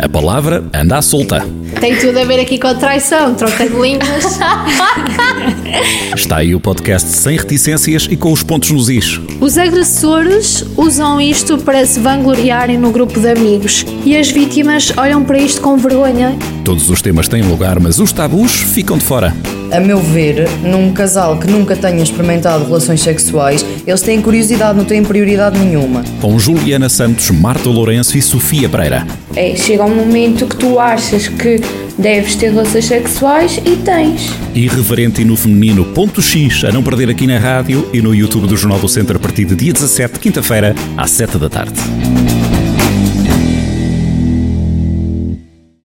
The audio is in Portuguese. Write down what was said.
A palavra anda à solta. Tem tudo a ver aqui com a traição, troca de línguas. Está aí o podcast sem reticências e com os pontos nos is. Os agressores usam isto para se vangloriarem no grupo de amigos e as vítimas olham para isto com vergonha. Todos os temas têm lugar, mas os tabus ficam de fora. A meu ver, num casal que nunca tenha experimentado relações sexuais, eles têm curiosidade, não têm prioridade nenhuma. Com Juliana Santos, Marta Lourenço e Sofia Pereira. É, chega um momento que tu achas que deves ter relações sexuais e tens. Irreverente e no feminino, ponto X, a não perder aqui na rádio e no YouTube do Jornal do Centro a partir de dia 17, quinta-feira, às 7 da tarde.